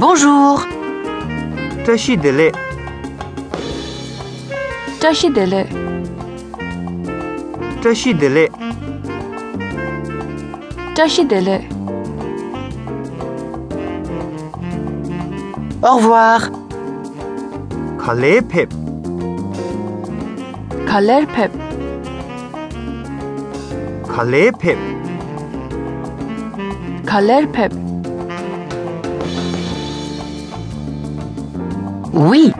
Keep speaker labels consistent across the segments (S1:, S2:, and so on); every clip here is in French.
S1: Bonjour.
S2: Tashi dele,
S3: Tashi dele.
S2: tashi dele,
S3: Tashi dele.
S1: Au revoir.
S2: khale pep,
S3: Kaler pep.
S2: khale pep,
S3: Kaler pep.
S1: Oui.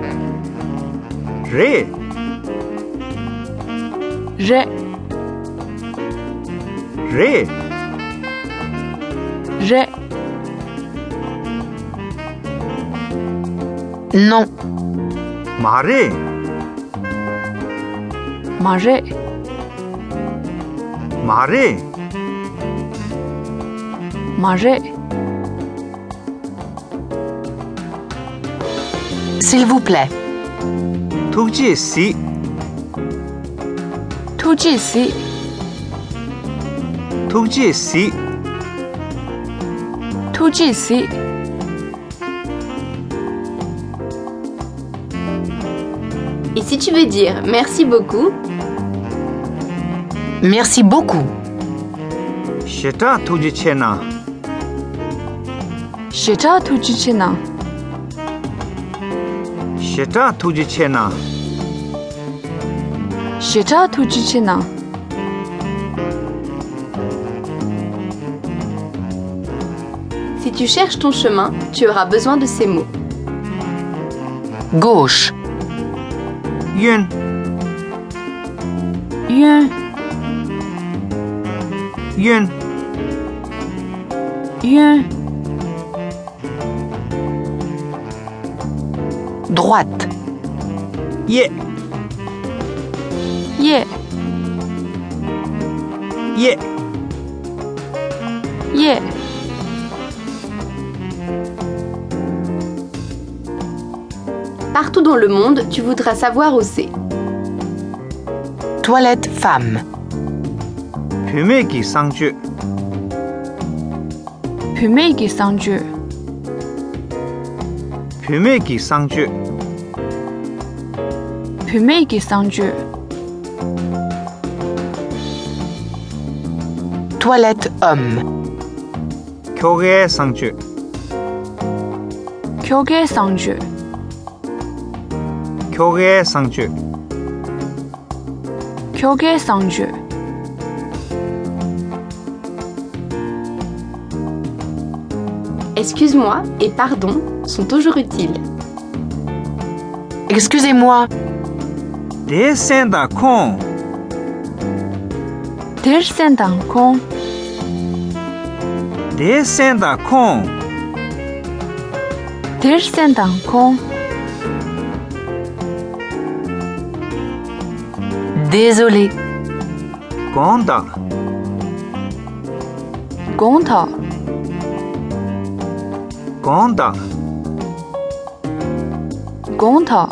S2: re,
S3: Re.
S2: re,
S3: Re.
S1: Non.
S2: mare,
S3: Ma re.
S2: mare,
S3: Ma re.
S1: S'il vous plaît.
S2: tukji si,
S3: Tuji si.
S2: tukji si,
S3: Tuji si.
S4: Et si tu veux dire merci beaucoup,
S1: Merci beaucoup.
S2: sheta tukji chena,
S3: Sheta tuji chena.
S2: sheta tukji chena,
S3: Sheta tuji chena.
S4: si tu cherches ton chemin, tu auras besoin de ces mots.
S1: Gauche.
S2: yun,
S3: Yun.
S2: yun,
S3: Yun.
S1: Droite.
S2: ye,
S3: Ye.
S2: ye,
S3: Ye.
S4: Partout dans le monde, tu voudras savoir où c'est.
S1: Toilette femme.
S2: pyume ki sangju,
S3: Pume ki sangju.
S2: pyume ki sangju,
S3: Pume ki sangju.
S1: Toilette homme.
S2: kyoge sangju,
S3: Kyoge sangju.
S2: kyoge sangju,
S3: Kyoge sangju.
S4: Excuse-moi et pardon sont toujours utiles.
S1: Excusez-moi.
S2: de senda kon,
S3: Der sendang kong.
S2: de senda kon,
S3: Der sendang kong.
S1: Désolé.
S2: gonda,
S3: Gonta.
S2: gonda,
S3: Gonta.